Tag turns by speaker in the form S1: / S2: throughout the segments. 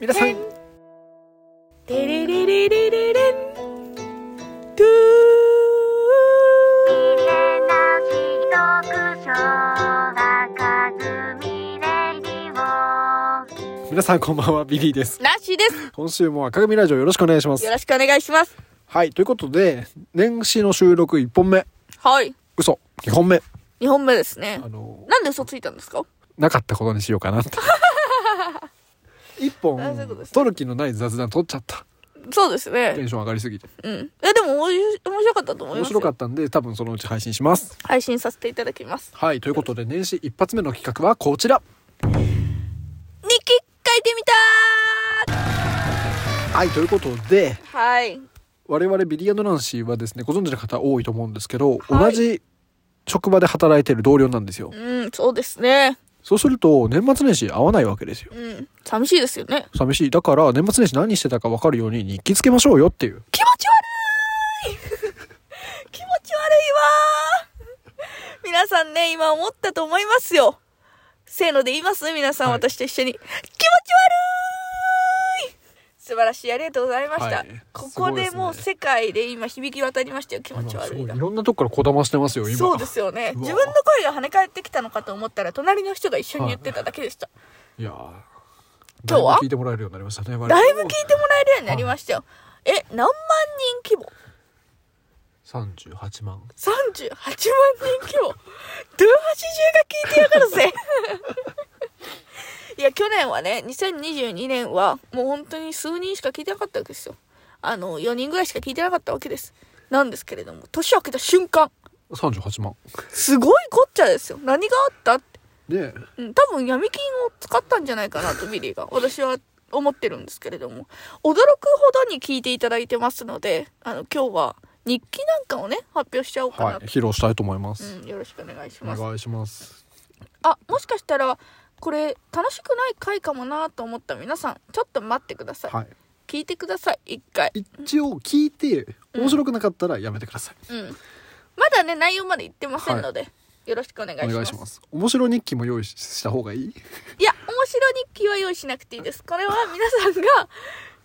S1: 皆さん
S2: テレレレレレレントゥ
S3: 綺麗なひとくしょうがかずみれにを
S1: 皆さんこんばんはビリーです
S2: ーラッシーです
S1: 今週も赤組ラジオよろしくお願いします
S2: よろしくお願いします
S1: はいということで年始の収録1本目
S2: はい
S1: 嘘2本目
S2: 二本目ですね
S1: あの
S2: なんで嘘ついたんですか
S1: なかったことにしようか なって一本
S2: あそういうことですね
S1: 取る気のない雑談取っちゃった
S2: そうです
S1: テ
S2: ね
S1: ンション上がりすぎて
S2: うんえでもおもし面白かったと思い
S1: 面
S2: ます
S1: 白
S2: よ
S1: かったんで多分そのうち配信します
S2: 配信させていただきます
S1: はいということで年始一発目の企画はこちら
S2: 日記書いてみた
S1: はいということで
S2: ーはい
S1: 我々ビリヤードナンシーはですねご存知の方多いと思うんですけど、
S2: はい
S1: 同じ職場で働いてる同僚なんですよ
S2: うんそうですね
S1: そうすると年末年始会わないわけですよ
S2: うん寂しいですよね
S1: 寂しいだから年末年始何してたか分かるように日記つけましょうよっていう
S2: 気持ち 悪い気持ち悪いわー皆さんね、今思ったと思いますよ。せーので言います皆さん、
S1: はい
S2: 私と一緒に。気持ち悪い素晴らしい。ありがとうございました。
S1: はい
S2: ここ
S1: すごいで
S2: です
S1: ね
S2: もう世界で今響き渡りましたよ。気持ち
S1: あのす
S2: 悪
S1: ご
S2: い
S1: い
S2: が
S1: い。ろんなとこからこだましてますよ今
S2: そうですよね。
S1: うわ
S2: 自分の声が跳ね返ってきたのかと思ったら、隣の人が一緒に言ってただけでした。
S1: いやー
S2: 今日は
S1: だいぶ聞いてもらえるようになりましたね我々
S2: だいぶ聞いてもらえるようになりましたよ。え、何万人規模
S1: 38万
S2: 38万人規模ドゥーハシ中が聞いてやがるぜ いや去年はね2022年はもう本当に数人しか聞いてなかったわけですよあの4人ぐらいしか聞いてなかったわけですなんですけれども年明けた瞬間
S1: 38万
S2: すごいこっちゃですよ何があったって、
S1: で
S2: うん、多分闇金を使ったんじゃないかなとビリーが私は思ってるんですけれども驚くほどに聞いていただいてますのであの今日は日記なんかをね発表しちゃおうかな
S1: はい
S2: と、
S1: 披露したいと思います、
S2: うん、よろしくお願いし
S1: お
S2: ます。
S1: 願いします
S2: あ、もしかしたら、これ楽しくない回かもなと思った皆さん、ちょっと待ってください。
S1: はい
S2: 聞いてください、一回。
S1: 一応聞いて面白くなかったらやめてください、
S2: うん。まだね、内容まで言ってませんので、よろしくお願いします。
S1: お願いします面白日記も用意した方がいい
S2: いや、面白日記は用意しなくていいです。これは皆さんが、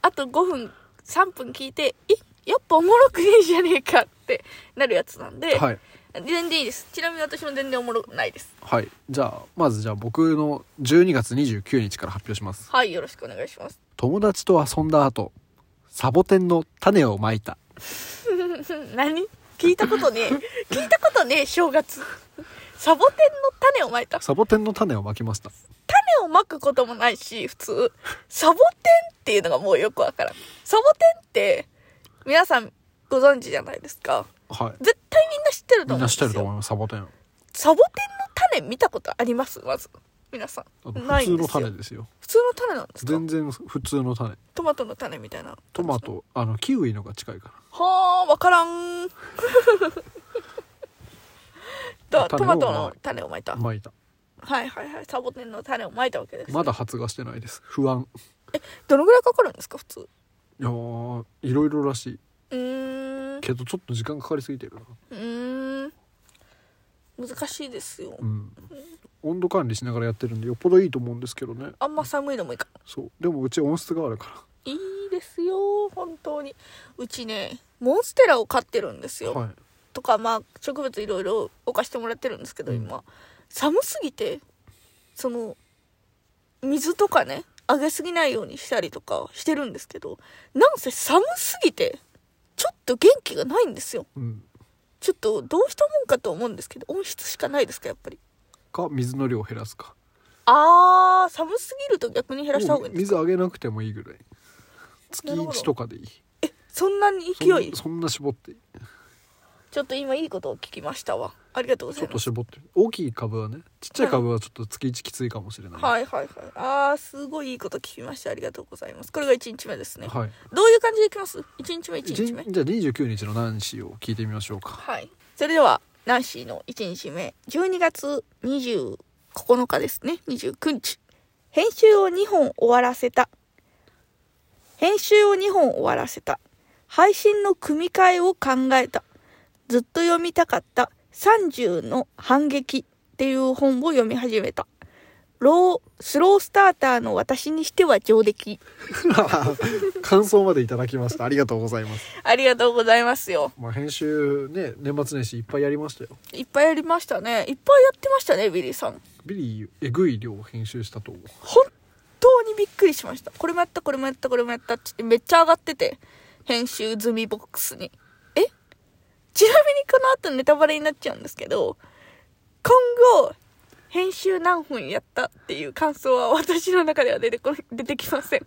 S2: あと5分、3分聞いて、え、やっぱおもろくねえじゃねえかってなるやつなんで、
S1: はい
S2: 全然いいです。ちなみに私も全然おもろくないです。
S1: はいじゃあまずじゃあ僕の12月29日から発表します
S2: はい、よろしくお願いします。
S1: 友達と遊んだ後サボテンの種をまいた
S2: 何聞いたことねえ 聞いたことねえ正月サボテンの種をまいた種
S1: サボテンの種をまきました
S2: をまくこともないし普通サボテンっていうのがもうよくわからんサボテンって皆さんご存知じゃないですか
S1: はい
S2: 絶対みんな知ってると
S1: みん
S2: 思うん
S1: な
S2: で
S1: 知っ
S2: す
S1: て
S2: よ
S1: ると思いますサボテン
S2: サボテンの種見たことありますまず皆さ
S1: あ
S2: ん
S1: の
S2: な
S1: 普
S2: い
S1: 通
S2: んで
S1: の
S2: すよ
S1: 種ですよ
S2: 普通の種なんですか
S1: 全然普通の種
S2: トマトの種みたいな
S1: トマトあのキウイのが近いか
S2: はあわか らん
S1: 種を
S2: とトマトの種をまいた
S1: らまいた
S2: はいはいはいサボテンの種をまいたわけです、
S1: まだ発芽してないです不安
S2: どのぐらいかかるんですか普通
S1: いやーいろいろらしいう
S2: ーんう
S1: けどちょっと時間かかりすぎてるな
S2: ーん難しいですよ
S1: うん温度管理しながらやってるんでよっぽどいいと思うんですけどね
S2: あんま寒いのもいいかん
S1: そうでもうち温室があるか
S2: いいですよ本当にうちねモンステラを飼ってるんです
S1: ら
S2: よ、
S1: はい
S2: とかまあ植物いろいろ置かしてもらってるんですけど今、寒すぎてその水とかねあげすぎないようにしたりとかしてるんですけどなんせ寒すぎてちょっと元気がないんですよ
S1: うん
S2: ちょっとどうしたもんかと思うんですけど温室しかないですかやっぱり
S1: か水の量を減らすか
S2: あー寒すぎると逆に減らした方がいいん
S1: もう
S2: です
S1: 水あげなくてもいいぐらい月
S2: なるほど
S1: 1とかでいい
S2: そんなに勢
S1: そん
S2: い
S1: そんな絞っていい
S2: ちょっと今いいことを聞きましたわありがとうご
S1: ち
S2: ざ
S1: ょ
S2: い
S1: っ
S2: ま
S1: と
S2: す
S1: 絞ってる大きい株はねちっちゃい株はちょっと月1きついかもしれない
S2: はいはいはいあーすごいいいこと聞きましたありがとうございますこれが1日目ですね、
S1: はい
S2: どういう感じでいきます1日目
S1: じ
S2: 1
S1: じ
S2: 日
S1: ゃあ
S2: 目
S1: 29日のナンシーを聞いてみましょうか
S2: はいそれではナンシーの1日目12月29日ですね29日編集を2本終わらせた編集を2本終わらせた配信の組み替えを考えたずっと読みたかった30の反撃っていう本を読み始めたロー、スロースターターの私にしては上出来。
S1: 感想までいただきましたありがとうございます、
S2: ありがとうございますよ。
S1: まあ、編集ね年末年始いっぱいやりましたよ
S2: いっぱいやりましたね。いっぱいやってましたね、ビリーさん。
S1: ビリーえぐい量編集したと思う
S2: 本当にびっくりしました。これもやった、これもやった、これもやったって言ってめっちゃ上がってて、編集済みボックスに。えちなみにこの後ネタバレになっちゃうんですけど、今後、編集何分やったっていう感想は私の中では出てこ、出てきません。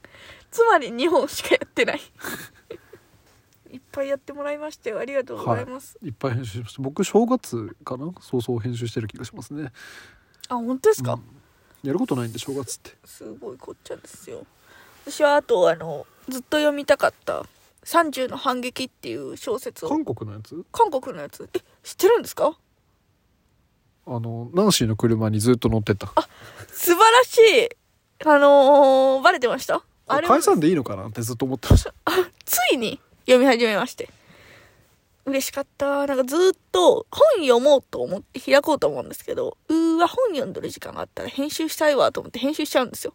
S2: つまり2本しかやってない。 いっぱいやってもらいましたよ。ありがとうございます。
S1: いっぱい編集しました僕正月かなそうそう編集してる気がしますね
S2: あ、本当ですか、
S1: うんやることないんで正月って
S2: すごいこっちゃですよ私はあとあのずっと読みたかった「30の反撃」っていう小説を
S1: 韓国のやつ
S2: 韓国のやつえ知ってるんですか
S1: あのナンシーの車にずっと乗ってた
S2: 素晴らしいあのー、バレてましたあれは
S1: 解散でいいのかなってずっと思ってま した
S2: ついに読み始めまして嬉しかったなんかずっと本読もうと思って開こうと思うんですけどうーわ本読んどる時間があったら編集したいわと思って編集しちゃうんですよ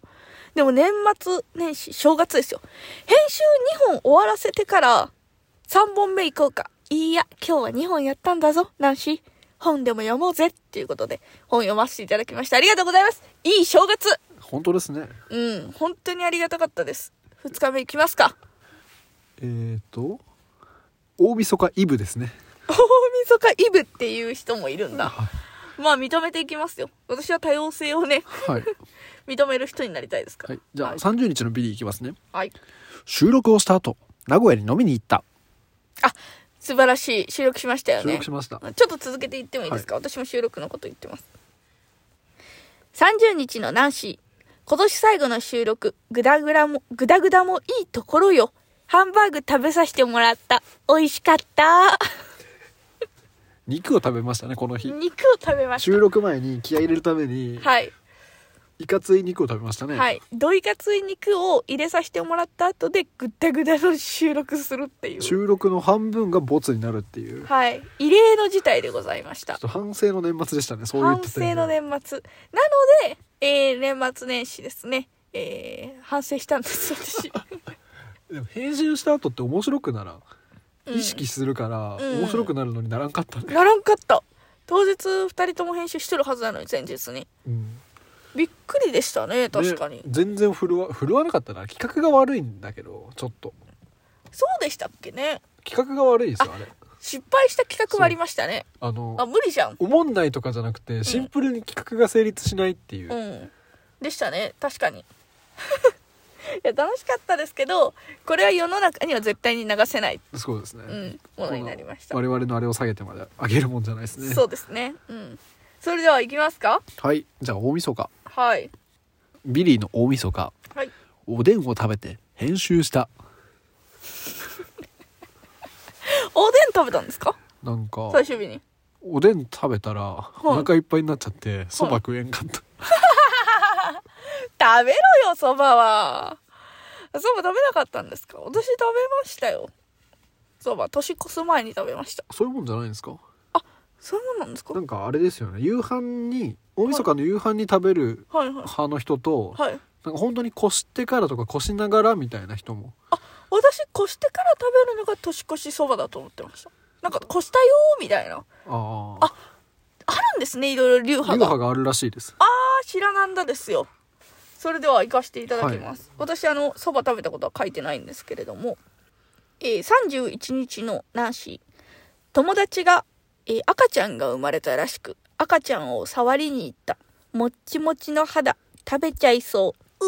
S2: でも年末年始正月ですよ編集2本終わらせてから3本目行こうかいいや今日は2本やったんだぞナンシー本でも読もうぜっていうことで本読ませていただきましたありがとうございますいい正月
S1: 本当ですね
S2: うん本当にありがたかったです2日目行きますか
S1: えーと大晦日イブですね
S2: 大晦日イブっていう人もいるんだ。まあ認めていきますよ。私は多様性をね、
S1: はい、
S2: 認める人になりたいですから。
S1: はい、じゃあ
S2: はい
S1: 30日のビリーいきますね
S2: はい。
S1: 収録をした後名古屋に飲みに行った
S2: あ、素晴らしい。収録しましたよね。
S1: 収録しました
S2: ちょっと続けて言ってもいいですか、私も収録のこと言ってます。30日のナンシー。今年最後の収録、グダグダも、グダグダもいいところよ。ハンバーグ食べさせてもらった。美味しかった。
S1: 肉を食べましたねこの日
S2: 肉を食べまし
S1: 収録前に気合い入れるために
S2: た。はい。
S1: いかつい肉を食べましたね、
S2: はい、ドイカツイ肉を入れさせてもらった後でぐったぐだの収録するっていう、
S1: 収録の半分がボツになるっていう、ちょ
S2: はい、異例の事態でございまし
S1: ったと反省の年末でしたねそういっ
S2: 反
S1: た
S2: 省
S1: 点
S2: の
S1: で
S2: 年末なので、えー年末年始ですね、えー反省したんです 私
S1: でも編集した後って面白くなら
S2: うん
S1: 意識するから、
S2: うん
S1: 面白くなるのにならんかったね、
S2: ならんかった当日2人とも編集してるはずなのに前日に
S1: うん
S2: びっくりでしたね確かに、
S1: で全然振るわ振るわなかったな企画が悪いんだけどちょっと
S2: そうでしたっけね
S1: 企画が悪いですよあれ
S2: 失敗した企画もありましたね
S1: あの
S2: あ無理じゃん
S1: おもんないとかじゃなくてシンプルに企画が成立しないっていう、
S2: うん、でしたね確かに いや楽しかったですけどこれは世の中には絶対に流せない、
S1: そうですね、
S2: うん、ものになりました
S1: 我々のあれを下げてまで上げるもんじゃないですね
S2: そうですねうんそれでは行きますか
S1: はいじゃあ大晦日
S2: はい
S1: ビリーの大晦日
S2: はい
S1: おでんを食べて編集した
S2: おでん食べたんですか
S1: なんか
S2: 最終日に
S1: おでん食べたら
S2: い
S1: お腹いっぱいになっちゃってそば食えんかった、
S2: 食べろよそばはそば食べなかったんですか私食べましたよそば年越す前に食べました
S1: そういうもんじゃないんですか
S2: そういうもんなんですか
S1: な
S2: はい
S1: んかあれですよね夕飯に大晦日の夕飯に食べる
S2: はい
S1: 派の人と、
S2: はい
S1: なんか本当にこしてからとかこしながらみたいな人も
S2: 私越してから食べるのが年越しそばだと思ってましたなんか越したよーみたいな
S1: あ
S2: ああるんですねいろい
S1: あ
S2: ろ流
S1: 流
S2: 派が
S1: 派があるらしいです
S2: ああ知らなんだですよそれでは行かせていただきます、私あのそば食べたことは書いてないんですけれども、えー、31日のナンシー友達が、えー赤ちゃんが生まれたらしく赤ちゃんを触りに行ったもっちもちの肌食べちゃいそううー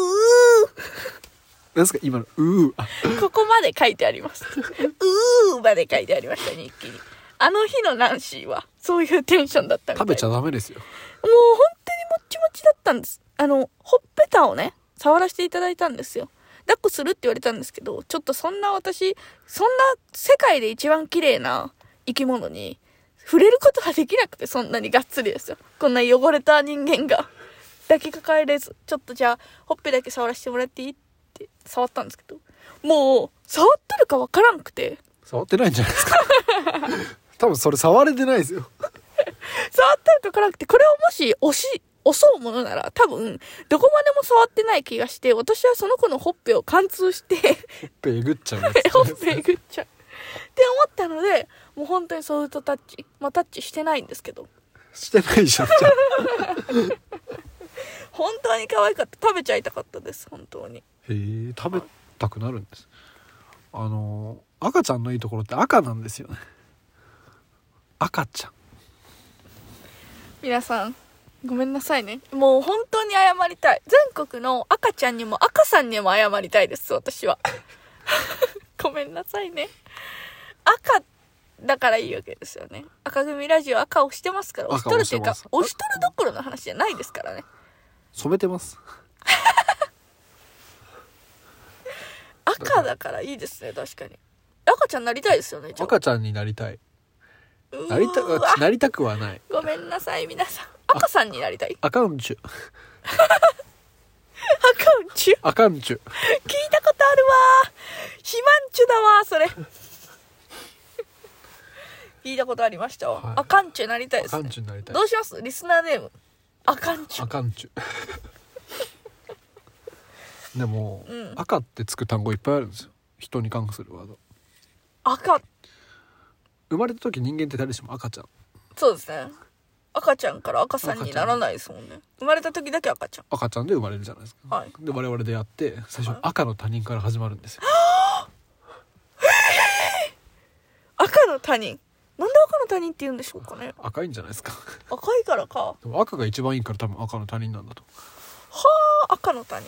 S1: なんですか今のうーあ
S2: ここまで書いてあります。うーまで書いてありました、日記に。あの日のナンシーは、そういうテンションだったみたい
S1: 食べちゃダメですよ
S2: もう本当にもっちもちだったんです。あの、ほっぺたをね、触らせていただいたんですよ。抱っこするって言われたんですけど、ちょっとそんな私、そんな世界で一番綺麗な生き物に、触れることができなくて、そんなにがっつりですよ。こんな汚れた人間が。抱きかかえれず、ちょっとじゃあ、ほっぺだけ触らせてもらっていいって、触ったんですけど、もう、触ってるかわからんくて、
S1: 触ってないんじゃない ですか多分それ触れてないですよ
S2: 触ったのかからなくてこれをもし押し襲うものなら多分、どこまでも触ってない気がして、私はその子のほっぺを貫通して、
S1: えぐっちゃうやつ
S2: ほっぺぐっちゃう。って思ったので、もう本当にソフトタッチ。まあタッチしてないんですけど。
S1: してないじゃんじゃあ
S2: 本当に可愛かった。食べちゃいたかったです、本当に。
S1: へえ食べたくなるんですあの赤ちゃんのいいところって赤なんですよね赤ちゃん
S2: 皆さん、ごめんなさいね。もう本当に謝りたい。全国の赤ちゃんにも赤さんにも謝りたいです、私は。 ごめんなさいね。赤だからいいわけですよね。赤組ラジオ赤をしてますから、押しとるという
S1: 赤を
S2: か
S1: してます、
S2: 押しとるどころの話じゃないですからね。
S1: 染めてます
S2: 赤だからいいですね、確かに。赤ちゃんなりたいですよね、ちょ
S1: 赤ちゃんになりたいう
S2: ーわ
S1: なりたなりたくはない
S2: ごめんなさい、皆さん。赤さんになりたい。
S1: アカンチュ
S2: 赤うんちゅ
S1: アカンチュ
S2: 聞いたことあるわ肥満中だわ それ聞いたことありましたわ、
S1: はい
S2: あかんちゅなりたい
S1: ア
S2: です
S1: カ
S2: ね
S1: ンチュになりたい
S2: どうしますリスナーネームあかんちゅ
S1: アカン チュでも、
S2: うん
S1: 赤ってつく単語いっぱいあるんですよ人に関するワード
S2: 赤
S1: 生まれた時人間って誰しも赤ちゃん
S2: そうですね赤ちゃんから赤さんにならないですもんね生まれた時だけ赤ちゃん
S1: 赤ちゃんで生まれるじゃないですか、
S2: はい
S1: で我々でやって最初赤の他人から始まるんですよ
S2: 赤の他人なんで赤の他人って言うんでしょうかね
S1: 赤いんじゃないですか
S2: 赤いからか
S1: でも赤が一番いいから多分赤の他人なんだと
S2: あ赤の他人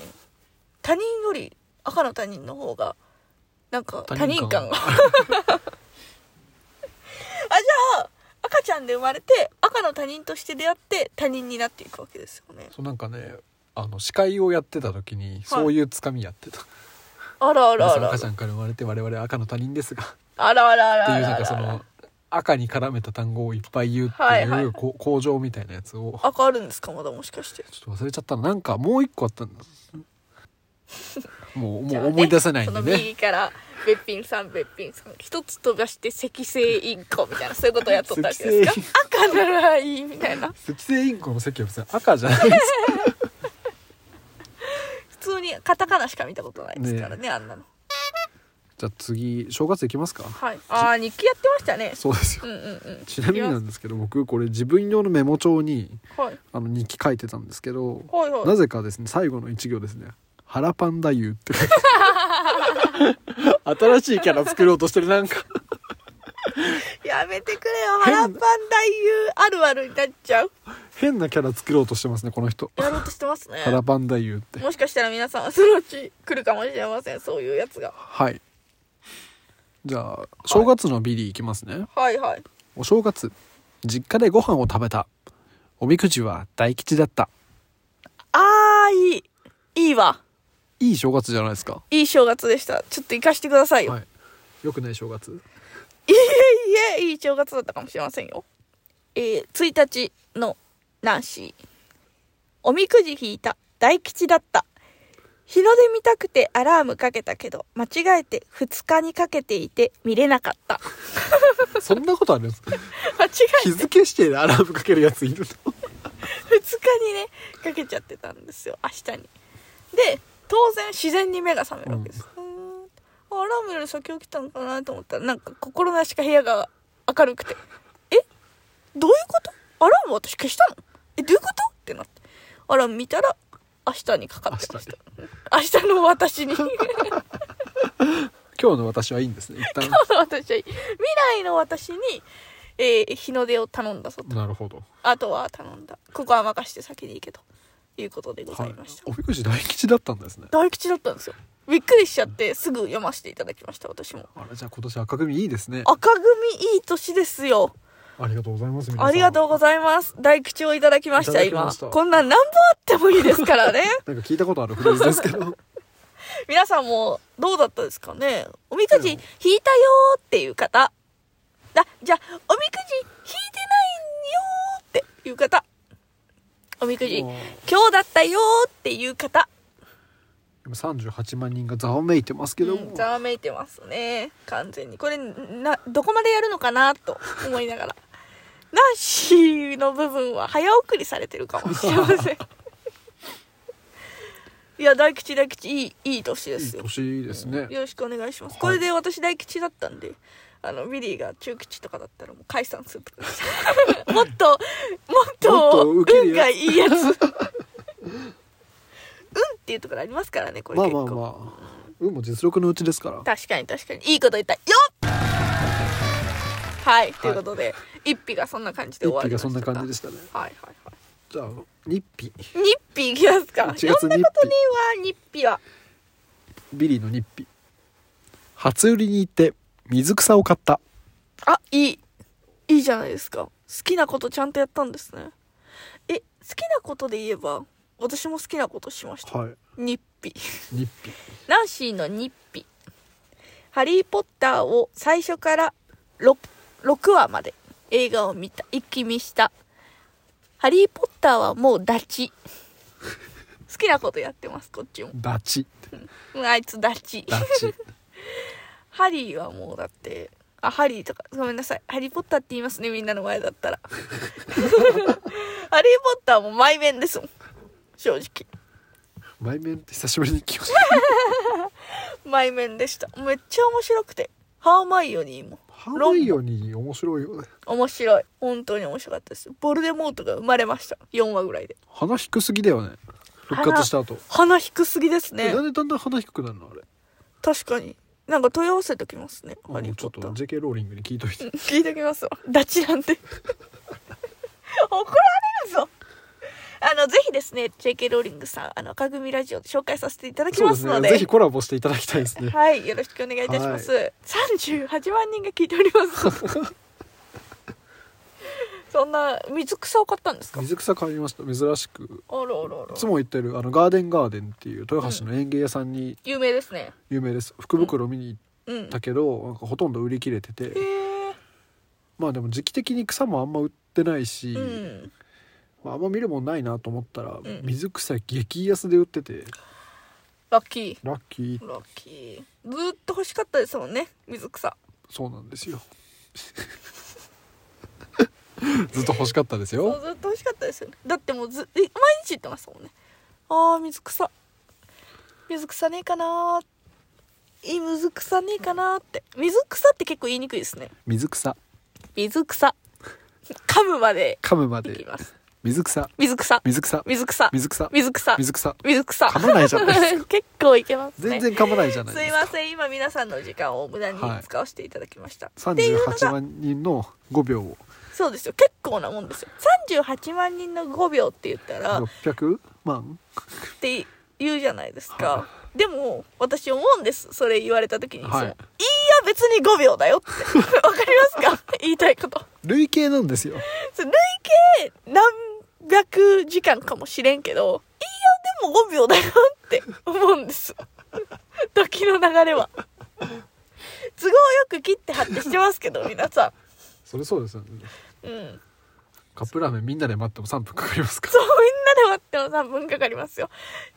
S2: 他人より赤の他人の方がなんか他人感が あじゃあ赤ちゃんで生まれて赤の他人として出会って他人になっていくわけですよね
S1: そうなんかねあの司会をやってた時にそういうつかみやってた、
S2: あらあ
S1: 皆
S2: ら
S1: さ
S2: あ
S1: ん
S2: ら
S1: 赤ちゃんから生まれて我々赤の他人ですがっ
S2: あらあらあら
S1: てい
S2: あ
S1: う
S2: ら
S1: なん
S2: あ
S1: かそ
S2: らあら
S1: の赤に絡めた単語をいっぱい言うって
S2: はいいはいう
S1: こう工場みたいなやつを
S2: 赤あるんですかまだもしかして
S1: ちょっと忘れちゃったななんかもう一個あった んだもう
S2: じ
S1: も
S2: ゃ
S1: う
S2: あね
S1: 思い出せないん
S2: そ
S1: で
S2: の
S1: ね
S2: 右からべっぴんさんべっぴんさん一つ飛ばして赤星インコみたいなそういうことをやっとったわけですか
S1: 赤
S2: 赤ならいいみたいな
S1: 赤星インコの席は別に赤 じゃないです
S2: 普通にカタカナしか見たことないですからねあんなの
S1: じゃあ次正月行きますか
S2: はい、ああ日記やってましたね
S1: そうですよ
S2: うんうんうん
S1: ちなみになんですけど僕これ自分用のメモ帳に
S2: はい
S1: あの日記書いてたんですけど
S2: はいはい
S1: なぜかですね最後の一行ですね「腹パンダユって書いてあ る新しいキャラ作ろうとしてるなんか
S2: やめてくれよ
S1: 変
S2: 腹パン大優あるあるになっちゃう
S1: 変なキャラ作ろうとしてますねこの人
S2: やろうとしてますね
S1: 腹パンダユって
S2: もしかしたら皆さんはそのうち来るかもしれませんそういうやつが
S1: はいじゃあ正月のビリーいきますね
S2: はいはい
S1: お正月実家でご飯を食べたおみくじは大吉だった
S2: あーいいいいわ
S1: いい正月じゃないですか
S2: いい正月でしたちょっと行かしてくださいよ、
S1: はいよくない正月
S2: い、えいえいい正月だったかもしれませんよえー、1日のナンシーおみくじ引いた大吉だった日の出見たくてアラームかけたけど間違えて2日にかけていて見れなかった
S1: そんなことあるんですか
S2: 間違
S1: 日
S2: え
S1: 付してアラームかけるやついるの
S2: 2日にねかけちゃってたんですよ明日にで当然自然に目が覚めるわけです、うーんアラームより先起きたのかなと思ったらなんか心なしか部屋が明るくてえどういうことアラーム私消したのえどういうことってなってアラーム見たら明日にかかってました明日の私 に今
S1: 今日の私はいいんですね一旦
S2: 日の私は未来の私に、えー日の出を頼んだぞと
S1: なるほど
S2: あとは頼んだここは任して先に行けということでございました、
S1: おみくじ大吉だったんですね
S2: 大吉だったんですよびっくりしちゃってすぐ読ませていただきました私も
S1: あれじゃあ今年赤組いいですね
S2: 赤組いい年ですよ
S1: ありがとうございます皆さん
S2: ありがとうございます大吉をいただきました
S1: いただき
S2: 今
S1: ました
S2: こんなん何本あってもいいですか らね
S1: なんか聞いたことあるフレーズですけど
S2: 皆さんもどうだったですかねおみくじ引いたよーっていう方あじゃあおみくじ引いてないよーっていう方おみくじ
S1: もう
S2: 今日だったよーっていう方
S1: 今38万人がざわめいてますけども、
S2: うん、ざわめいてますね完全にこれなどこまでやるのかなと思いながら ナンシーの部分は早送りされてるかもしれま せん。いや、大吉大吉、いい、いい年で
S1: いい
S2: すよ。
S1: 年ですね
S2: よろしくお願いします。
S1: はい
S2: これで私大吉だったんで、あの、ビリーが中吉とかだったらもう解散する とかもっと、もっ
S1: もっ
S2: と、
S1: とウケる
S2: 運が
S1: や
S2: いいやつ。 運っていうところありますからね、これ
S1: まあ
S2: 結
S1: まあ
S2: 構。
S1: まあ運も実力のうちですから
S2: 確かに確かに。いいこと言った。よっはい、ということで、一匹がそんな感じで
S1: 一
S2: 終わ
S1: 匹
S2: り
S1: が
S2: まし
S1: そ
S2: た
S1: ん
S2: か
S1: な感じでしたね
S2: はいはいはい。
S1: じゃあ日匹
S2: ニッピーいきますか。
S1: 1月
S2: 呼
S1: ニ
S2: んだこと
S1: ッピー
S2: ねえわ、ニッピーは。
S1: ビリーの日匹初売りに行って水草を買った
S2: あ、いい。いいじゃないですか。好きなことちゃんとやったんですね。え、好きなことで言えば、私も好きなことしました。
S1: はい
S2: ニッピ。
S1: 日匹
S2: ナンシーのニッピ。ハリーポッターを最初から 6, 6話まで映画を見た。一気見した。ハリーポッターはもうダチ。好きなことやってます、こっちも。
S1: ダチ
S2: うんあいつダチ。
S1: ダ チ
S2: ハリーはもうだって、あ、ハリーとか、ごめんなさい。ハリーポッターって言いますね、みんなの前だった ら。ハリーポッターも前面ですもん。正直。
S1: 前面って久しぶりに聞きまし
S2: 前面でした。めっちゃ面白くて。ハーマイオニーも。
S1: たハワイオに面白いよね
S2: 面白い。本当に面白かったです。ボルデモートが生まれました。4話ぐらいで。
S1: 鼻低すぎだよね復活した後、
S2: 鼻低すぎです
S1: え
S2: ね
S1: な。んでだんだん鼻低くなるのあれ
S2: 確かに。なんか問い合わせときますね。ハ
S1: あ
S2: リ
S1: の
S2: ー
S1: ち
S2: ポ
S1: ょっ
S2: ッ
S1: と
S2: ター。
S1: JK ローリングに聞いといて
S2: 聞いてきますわダチなんて怒られるぞあのぜひですね JK ローリングさんあの赤組ラジオで紹介させていただき
S1: そう
S2: ま
S1: ですす
S2: の
S1: ね
S2: で
S1: ぜひコラボしていただきたいですね
S2: はいよろしくお願いいたします、38万人が聞いております そんな水草を買ったんですか
S1: 水草買いました珍しく
S2: あらあらあ
S1: い
S2: ら
S1: つも行ってるあのガーデンガーデンっていう豊橋の園芸屋さんに
S2: 有名ですね
S1: 有名です福袋見に行っ
S2: うん
S1: たけど、なんかほとんど売り切れて
S2: へ
S1: て
S2: え
S1: まあでも時期的に草もあんま売ってないし、
S2: うん
S1: まあ、あんま見るもんないなと思ったら、
S2: ん
S1: 水草激安で売ってて
S2: ラッキ
S1: ラッキー
S2: ーラッキーずーっと欲しかったですもんね水草
S1: そうなんです よずっと欲しかったです
S2: そう
S1: よ
S2: ずっと欲しかったですよねだってもうずえ毎日行ってましたもんねあー水草水草ねえかなーいい水草ねえかなーって水草って結構言いにくいですね
S1: 水草
S2: 水草噛むまで
S1: 噛むま
S2: いき
S1: で
S2: ます
S1: 水草
S2: 水草
S1: 水草
S2: 水草
S1: 水草
S2: 水草
S1: 水草
S2: 水草
S1: 噛まないじゃないです
S2: 結構いけますね
S1: 全然噛まないじゃない
S2: す
S1: で
S2: い
S1: すか
S2: ません今皆さんの時間を無駄に使わせていただきました、っていうの
S1: 38
S2: が
S1: 万人の5秒を
S2: そうですよ結構なもんですよ38万人の5秒って言ったら
S1: 600万
S2: って言うじゃないですか、
S1: は
S2: でも私思うんですそれ言われた時に、
S1: はい
S2: そのいや別に5秒だよってわかりますか 言いたいこと
S1: 累計なんですよ
S2: それ累計何百時間かもしれんけどいやでも5秒だよって思うんです 時の流れは都合よく切って貼ってしてますけど皆さ
S1: それそうですよね
S2: んうん
S1: カップラーメンみんなで待っても3分かかりますか
S2: そうみんなで待っても3分かかりますよ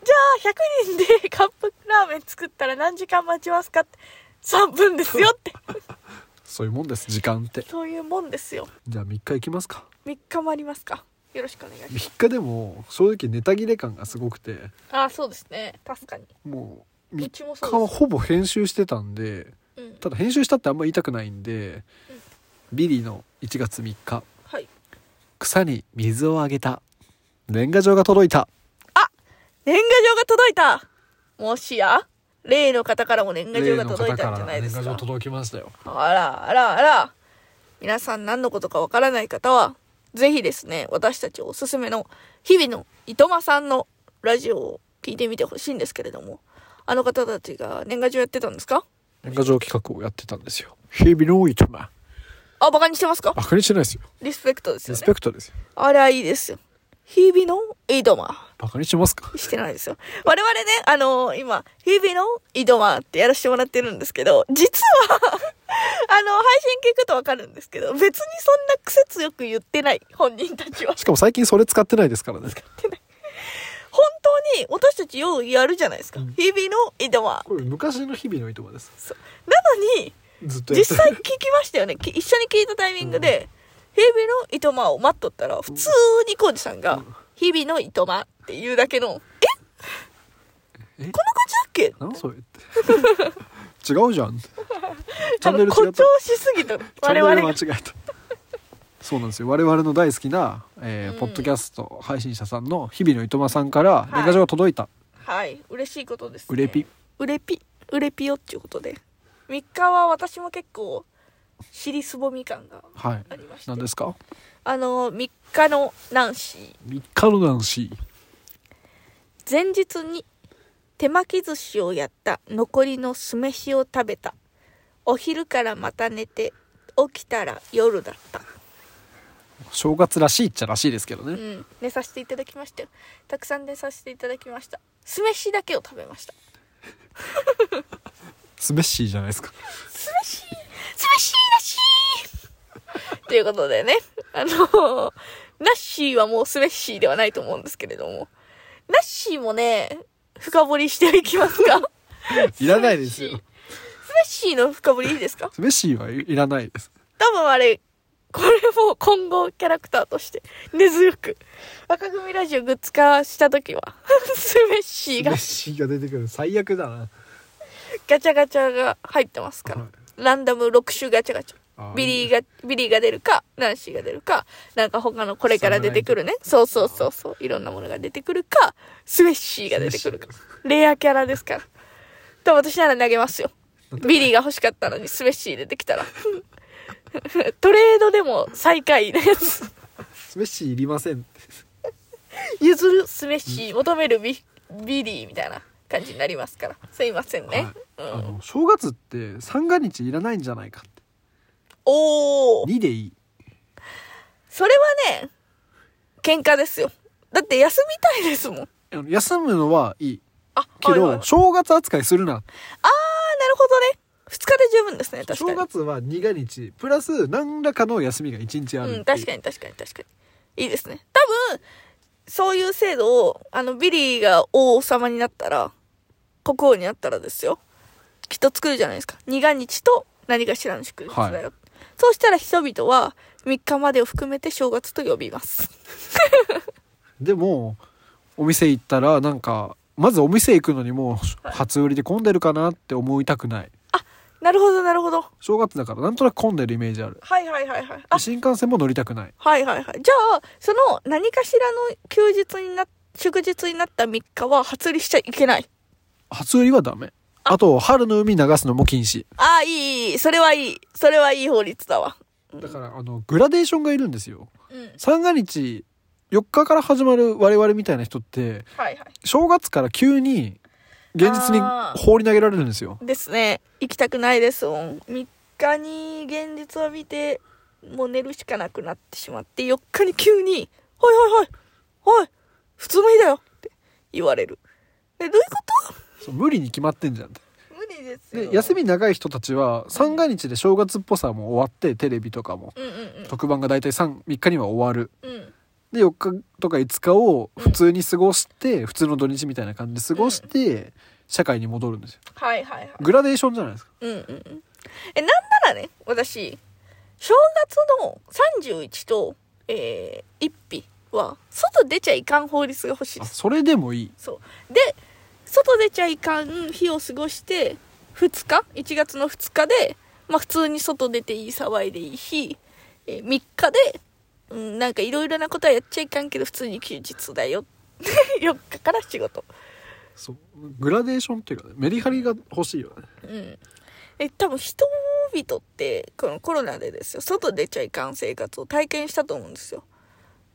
S2: じゃあ100人でカップラーメン作ったら何時間待ちますかって3分ですよって
S1: そういうもんです時間って
S2: そういうもんですよ
S1: じゃあ3日行きますか
S2: 3日もありますかよろしくお願いします
S1: 3日でも正直ネタ切れ感がすごくて
S2: ああそうですね確かに
S1: もう
S2: う
S1: 3
S2: ちも
S1: 日
S2: そう
S1: は
S2: で、
S1: ほぼ編集してたんです
S2: うん、
S1: ただ編集したってあんま言いたくないんでビリーの1月3日
S2: はい
S1: 草に水をあげた年賀状が届いた
S2: 年賀状が届いたもしや例の方からも年賀状が届いたんじゃないですか
S1: 例の方ら年賀状届きましたよ
S2: あらあらあら皆さん何のことかわからない方はぜひですね私たちおすすめの日々のいとまさんのラジオを聞いてみてほしいんですけれどもあの方たちが年賀状やってたんですか
S1: 年賀状企画をやってたんですよ日々のいとま
S2: あバカにしてますか
S1: バカにしてないですよ
S2: リスペクトです
S1: リ
S2: よ
S1: ス
S2: ね
S1: ペクトですよ
S2: あれはいいですよ日々のいとま
S1: バカにしてますか
S2: してないですよ。我々ね、あのー今、日々の井戸マってやらせてもらってるんですけど、実は、あの、配信聞くとわかるんですけど、別にそんな癖強く言ってない、本人たちは。
S1: しかも最近それ使ってないですからね
S2: 本当に、私たちようやるじゃないですか。日々の井戸マ
S1: これ昔の日々のいとまです
S2: なのに、
S1: ずっとやって
S2: 実際聞きましたよね。き一緒に聞いたタイミングで、日々の糸間を待っとったら、普通にコージさんが、日々の糸間っていうだけの、えこ
S1: え
S2: んな感じだっけ
S1: なんそれって違うじゃん ってチャンネル違
S2: あの誇
S1: ったチ
S2: 張しすぎた
S1: ャン
S2: 我
S1: ネル
S2: 々
S1: 間
S2: が
S1: 違えたそうなんですよ我々の大好きな、えー
S2: うん
S1: ポッドキャスト配信者さんの日々のいとまさんから
S2: い
S1: 年賀状が届いた、
S2: はい嬉しいことです、ね、
S1: うれぴ
S2: うれぴうれぴよっていうことで3日は私も結構尻すぼみ感が
S1: はい
S2: ありました
S1: 何ですか
S2: あの3日のナンシー
S1: 三日の男子
S2: 前日に手巻き寿司をやった残りの酢飯を食べたお昼からまた寝て起きたら夜だった
S1: 正月らしいっちゃらしいですけどね、
S2: うん寝させていただきましたよたくさん寝させていただきました酢飯だけを食べました
S1: スメッシーじゃないですか
S2: すばしい すばしいらしいということでね、あの、ナッシーはもうスメッシーではないと思うんですけれども、ナッシーもね、深掘りしていきますか。
S1: いらないですよ
S2: スメッシーの深掘りいいですか
S1: スメッシーはいいらないです
S2: 多分あれ、これも今後キャラクターとして根強く、赤組ラジオグッズ化した時は、 スメッシーが
S1: シーが出てくる最悪だな
S2: ガチャガチャが入ってますから、ランダム6種ガチャガチャ。ビリーが、ビリーが出るか、ナンシーが出るか、なんか他のこれから出てくるね。そうそうそうそう。いろんなものが出てくるか、スウェッシーが出てくるか。レアキャラですから。と私なら投げますよ。ビリーが欲しかったのにスウェッシー出てきたら。 トレードでも最下位のやつ。
S1: スメッシーいりません
S2: 譲るスウェッシー、求めるビビリーみたいな感じになりますから。すいませんね。う
S1: あ
S2: ん、
S1: の正月って三が日いらないんじゃないかって
S2: おー。
S1: 2でいい
S2: それはね、喧嘩ですよ。だって休みたいですもん。
S1: あの休むのはいい
S2: あ、
S1: け
S2: はいはい
S1: ど、正月扱いするな
S2: なるほどね。二日で十分ですね、確か
S1: 正
S2: に。
S1: 月は2が日プラス何らかの休みが1日ある
S2: うん、確か
S1: に
S2: に確かに確かに。いいですね。多分、そういう制度を、あの、ビリーが王様になったら、国王になったらですよ。きっと作るじゃないですか。二が日と何かしらの祝日だよ。
S1: は
S2: そうしたら人々は、3日までを含めて正月と呼びます。
S1: でもお店行ったらなんかまずお店行くのにもう初売りで混んでるかなって思いたくない
S2: なるほど、なるほど。
S1: 正月だからなんとなく混んでるイメージある
S2: はいはいはいはい。あ、
S1: 新幹線も乗りたくない
S2: はいはいはい。じゃあ、その何かしらの休日にな、祝日になった3日は初売りしちゃいけない。
S1: 初売りはダメあと春の海流すのも禁止
S2: ああ、いいいい、それはいい。それはいい法律だわ。
S1: だからあのグラデーションがいるんですよ
S2: うん。はい
S1: 三が日4日から始まる我々みたいな人って
S2: はい。
S1: 正月から急に現実に
S2: あー
S1: 放り投げられるんですよ
S2: ですね。行きたくないですもん。3日に現実を見て、もう寝るしかなくなってしまって、4日に急に、はいはいはい、はい、普通の日だよって言われる。え、どういうこ
S1: そう無理に決まってんじゃんって
S2: と無理です
S1: で休み長い人たちは三が日で正月っぽさも終わってテレビとかも
S2: うんうん
S1: 特番が大体 3, 3日には終わる
S2: うん。うん。
S1: で4日とか5日を普通に過ごして、普通の土日みたいな感じで過ごして社会に戻るんですよ
S2: はいはいはい。
S1: グラデーションじゃないですか
S2: うんうんうん。え、なんならね、私、正月の31と、えー、1日は、外出ちゃいかん法律が欲しい
S1: あ
S2: です。
S1: それでもいい
S2: そう。で、外出ちゃいかん日を過ごして、2日 ?1 月の2日で、まあ普通に外出ていい、騒いでいい日、えー、3日で、うん、なんかいろいろなことはやっちゃいかんけど、普通に休日だよ。4日から仕事。
S1: そうグラデーションっていうかねメリハリが欲しいよね
S2: うん、え多分人々ってこのコロナでですよ外出ちゃいかん生活を体験したと思うんですよ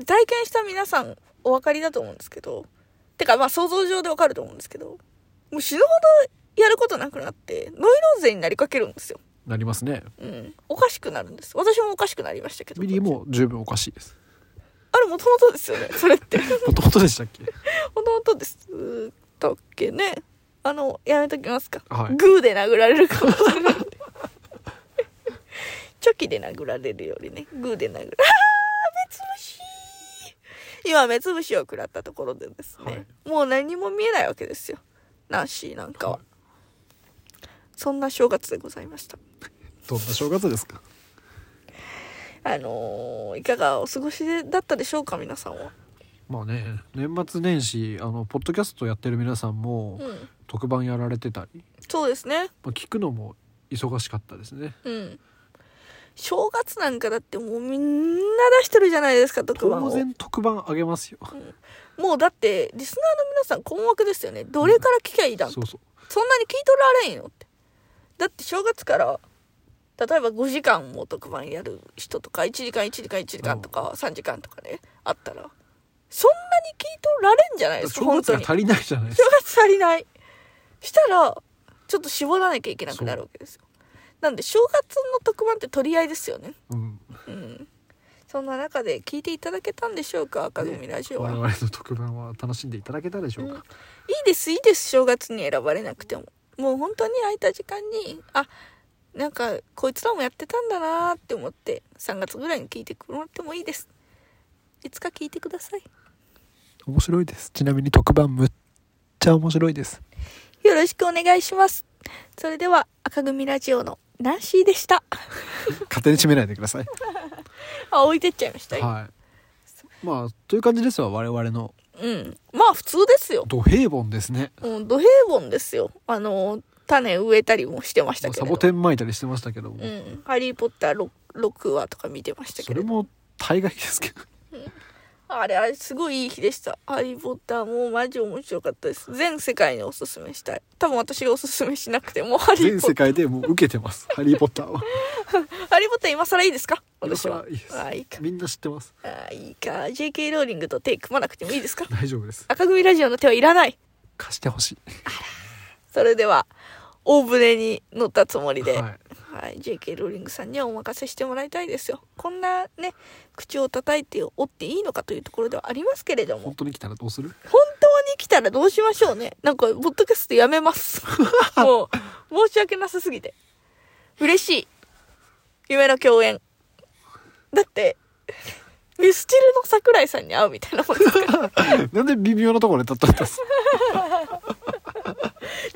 S2: 体験した皆さんお分かりだと思うんですけどてかまあ想像上で分かると思うんですけどもう死ぬほどやることなくなってノイローゼになりかけるんですよ、
S1: なりますね
S2: うん、おかしくなるんです私もおかしくなりましたけど
S1: ビリーも十分おかしいです
S2: あれもともとですよねそれって
S1: もともとでしたっけ
S2: もともとですだっけねあのやめときますか、
S1: はい
S2: グーで殴られるかもしれないチョキで殴られるよりねグーで殴られるあー目つぶし今目つぶしを食らったところでですね、
S1: はい
S2: もう何も見えないわけですよナンシーなんかは、そんな正月でございました
S1: どんな正月ですか
S2: あのーいかがお過ごしだったでしょうか皆さんは。
S1: まあね年末年始あのポッドキャストやってる皆さんも
S2: うん、
S1: 特番やられてたり、
S2: そうですね。
S1: まあ、聞くのも忙しかったですね
S2: うん。正月なんかだってもうみんな出してるじゃないですか特番
S1: 当
S2: を。
S1: 然特番あげますよ
S2: もうだってリスナーの皆さん困惑ですよね。どれから聞きゃいいだん
S1: そうそう
S2: そんなに聞いとられんよって。だって正月から、例えば5時間も特番やる人とか、1時間1時間1時間とか、3時間とかね、あったら、そんなに聞いとられんじゃないですか、
S1: 正
S2: 本
S1: 月
S2: 当
S1: が
S2: に。
S1: 足りないじゃないです
S2: 正
S1: か
S2: 月足りない。したら、ちょっと絞らなきゃいけなくなるわけですよ。なんで、正月の特番って取り合いですよね。
S1: うん
S2: うん。そんな中で聞いていただけたんでしょうか、赤組ラジオ
S1: 我
S2: は。
S1: 々の特番は楽しんでいただけたでしょうか、
S2: いいですいいです正月に選ばれなくてももう本当に空いた時間にあなんかこいつらもやってたんだなーって思って3月ぐらいに聞いてもらってもいいですいつか聞いてください
S1: 面白いですちなみに特番むっちゃ面白いです
S2: よろしくお願いしますそれでは赤組ラジオのナンシーでした
S1: 勝手に締めないでください
S2: あ置いてっちゃいました、
S1: はいまあという感じですわ我々の
S2: うんまあ普通ですよ
S1: 土平凡ですね
S2: もう土平凡ですよあの種植えたりもしてました
S1: まあ
S2: け
S1: サ
S2: れ
S1: ボ
S2: ど
S1: テンまいたりしてましたけども、
S2: うん「ハリー・ポッター6」6話とか見てましたけ
S1: そ
S2: れ
S1: れ
S2: ど
S1: も大概です けど
S2: あれ、あれ、すごいいい日でした。ハリー・ポッターもマジ面白かったです。全世界におすすめしたい。多分私がおすすめしなくても、ハリー・
S1: 全
S2: ポッ
S1: 世
S2: ター。
S1: 界でもう受けて ます「ハリー・ポッターは」
S2: ハリー・ポッター今更いいですか私
S1: 今
S2: は
S1: 更。いいです
S2: あーいいか。
S1: みんな知ってます
S2: あーいいか。JK ローリングと手組まなくてもいいですか
S1: 大丈夫です
S2: 赤組ラジオの手はいらない。
S1: 貸してほし
S2: それでは、大船に乗ったつもり
S1: い、は
S2: で、
S1: い、
S2: はい、JK ローリングさんにはお任せしてもらいたいですよ。こんなね、口を叩いて折っていいのかというところではありますけれども
S1: 本。当に来たらどうする
S2: 本当に来たらどうしましょうね。なんか、ポッドキャストやめます。もう、申し訳なさすぎて。嬉しい。夢の共演。だって、ミスチルの桜井さんに会うみたいなもんですから。
S1: なんで微妙なところで立ったんです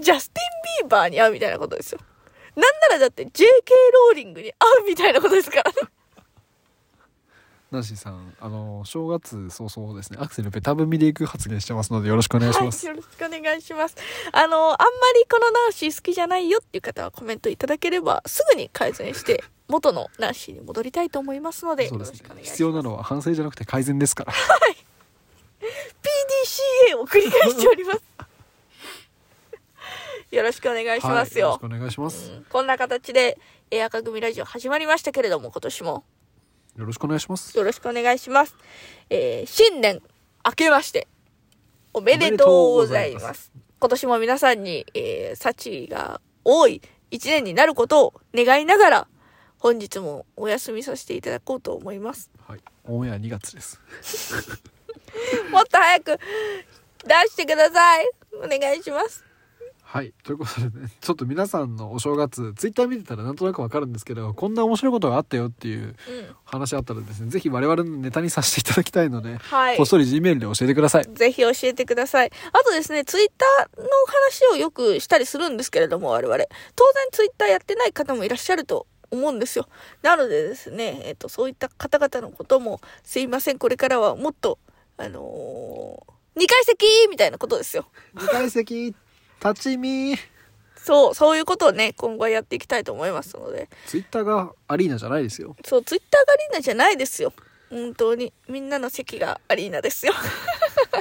S2: ジャスティン・ビーバーに会うみたいなことですよ。なんならだって JK ローリングに会うみたいなことですからね。
S1: ナンシーさんあの正月早々ですねアクセルベタ踏みでいく発言してますのでよろしくお願いしま
S2: はい、よろ
S1: す、
S2: しくお願いします。あの、あんまりこのナンシー好きじゃないよっていう方はコメントいただければ、すぐに改善して、 元のナンシーに戻りたいと思いますので、
S1: そうです
S2: よろしくお
S1: ね
S2: 願いします。
S1: 必要なのは反省じゃなくて改善ですから
S2: PDCA を繰り返してお ります。よろしくお願いします
S1: はい、よろし
S2: よ
S1: く。お願いします、
S2: うんこんな形で、エアカ組ラジオ始まりましたけれども、今年も
S1: よろしくお願いします
S2: よろしくお願いします。えー新年明けまして、おめでとうござい
S1: おめでとうござい
S2: ます。
S1: ます
S2: 今年も皆さんに、えー、幸が多い一年になることを願いながら、本日もお休みさせていただこうと思います。
S1: はいオンエア2月です
S2: もっと早く出してください。お願いします。
S1: はいということでね ちょっと皆さんのお正月ツイッター見てたらなんとなくわかるんですけどこんな面白いことがあったよっていう
S2: うん。
S1: 話あったらですねぜひ我々のネタにさせていただきたいので、
S2: はい
S1: こっそり G メールで教えてくだ さい
S2: ぜひ教えてください。あとですね、ツイッターの話をよくしたりするんですけれども、我々。当然ツイッターやってない方もいらっしゃると思うんですよ。なのでですね、えっ、と、そういった方々のことも、すいません、これからはもっと、あのー、二階席みたいなことですよ。
S1: 二階席立ち見
S2: そう、そういうことをね、今後はやっていきたいと思いますので。
S1: ツイッターがアリーナじゃないですよ
S2: そう、ツイッターがアリーナじゃないですよ。本当に。みんなの席がアリーナですよ。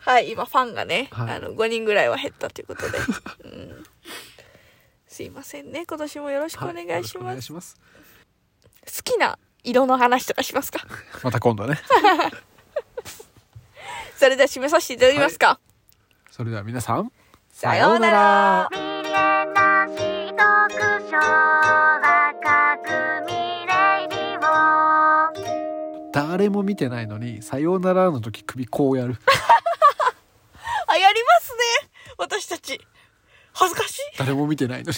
S2: はい、今ファンがね、
S1: はい
S2: あの、5人ぐらいは減ったということで。うんすいませんね。今年もよろしくお願
S1: はい
S2: し
S1: よろくお
S2: ま
S1: 願い
S2: す。
S1: します
S2: 好きな色の話とかしますか
S1: また今度ね
S2: それでは締めさせていただきますか。
S1: それでは皆さん
S2: さようなら。
S3: 未練なし読書赤組レディオ
S1: 誰も見てないのに「さようなら」の時首こうやる
S2: あ、やりますね。私たち。恥ずかしい。
S1: 誰も見てないのに